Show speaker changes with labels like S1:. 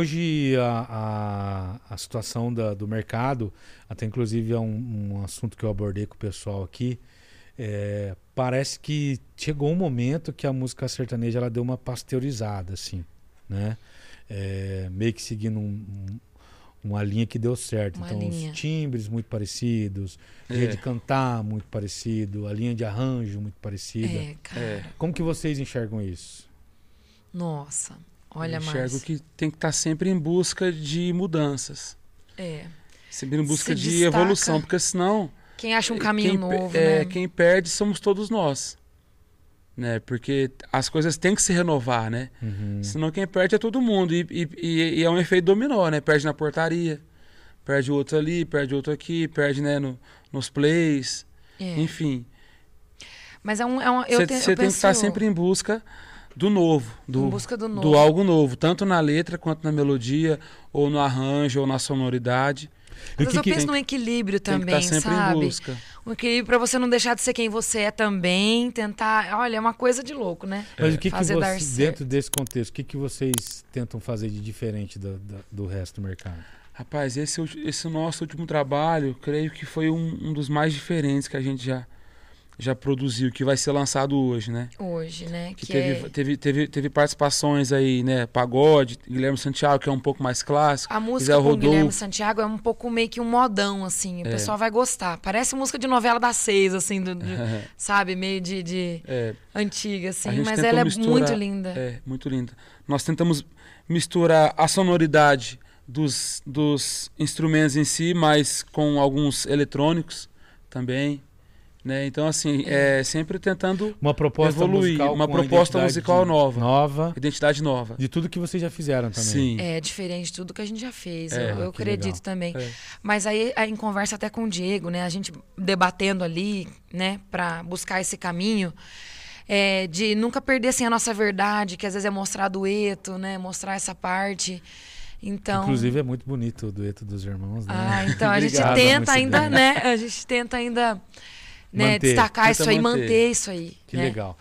S1: Hoje a, a, a situação da- do mercado, até inclusive é um, um assunto que eu abordei com o pessoal aqui, é, parece que chegou um momento que a música sertaneja ela deu uma pasteurizada, assim, né? É, meio que seguindo um- um- uma linha que deu certo.
S2: Uma
S1: então
S2: linha.
S1: os timbres muito parecidos, o
S3: É.
S1: jeito de cantar muito parecido, a linha de arranjo muito parecida.
S2: É, cara.
S3: É.
S1: Como que vocês enxergam isso?
S2: Nossa. Olha,
S3: eu enxergo
S2: Márcio.
S3: que tem que estar sempre em busca de mudanças,
S2: É.
S3: sempre em busca
S2: Se
S3: de
S2: destaca.
S3: evolução, porque senão
S2: Quem acha um caminho
S3: quem, pe-
S2: novo,
S3: é,
S2: né?
S3: quem perde somos todos nós, né? Porque as coisas têm que se renovar, né?
S1: Uhum.
S3: Senão quem perde é todo mundo e, e- e- e é um efeito dominó, né? Perde na portaria, perde outro ali, perde outro aqui, perde né, no- nos plays,
S2: É.
S3: enfim.
S2: Mas é um... É um eu
S3: Você
S2: te- eu
S3: tem que
S2: penso-
S3: estar sempre em busca do novo, do,
S2: Em busca do novo.
S3: algo novo, tanto na letra quanto na melodia, ou no arranjo, ou na sonoridade.
S1: E
S2: Às vezes eu
S1: que-
S2: penso num equilíbrio também,
S3: tem que estar sempre
S2: sabe?
S3: em busca.
S2: Um equilíbrio pra você não deixar de ser quem você é também, tentar. Olha, é uma coisa de louco, né?
S3: É.
S1: Mas o que, que
S2: Fazer dar
S1: vocês,
S2: certo.
S1: dentro desse contexto, o que, que vocês tentam fazer de diferente da- da- do resto do mercado?
S3: Rapaz, esse, ulti- esse nosso último trabalho, creio que foi um, um dos mais diferentes que a gente já, já produziu, que vai ser lançado hoje, né?
S2: Hoje, né?
S3: Que,
S2: Que,
S3: teve,
S2: é...
S3: teve, teve, teve participações aí, né? Pagode, Guilherme Santiago, que é um pouco mais clássico.
S2: A
S3: Zé
S2: música com o
S3: Rodolfo.
S2: Guilherme Santiago é um pouco meio que um modão, assim. O
S3: É.
S2: pessoal vai gostar. Parece música de novela das seis, assim, do- de- sabe? Meio de, de
S3: É,
S2: antiga,
S3: A
S2: assim.
S3: gente
S2: Mas
S3: tentou
S2: ela é
S3: misturar-
S2: muito linda.
S3: É, muito linda. Nós tentamos misturar a sonoridade dos, dos instrumentos em si, mas com alguns eletrônicos também. Né? Então, assim, é sempre tentando
S1: Uma proposta
S3: Evoluir,
S1: musical,
S3: uma
S1: com
S3: proposta
S1: identidade
S3: musical
S1: de-
S3: nova.
S1: nova,
S3: identidade nova.
S1: de tudo que vocês já fizeram também.
S3: Sim.
S2: É diferente de tudo que a gente já fez.
S3: É,
S2: eu eu
S1: que
S2: acredito
S1: legal.
S2: também.
S3: É.
S2: Mas aí, aí, em conversa até com o Diego, né? A gente debatendo ali, né? Pra buscar esse caminho. é, de nunca perder assim, a nossa verdade, que às vezes é mostrar dueto, né? Mostrar essa parte. Então.
S1: Inclusive é muito bonito o dueto dos irmãos, né?
S2: Ah, então a gente
S1: Obrigado,
S2: tenta
S1: Marcelo.
S2: ainda, né? A gente tenta ainda né,
S1: Manter,
S2: destacar
S3: tenta
S2: isso aí,
S3: manter.
S2: manter isso aí.
S1: Que
S2: né?
S1: legal.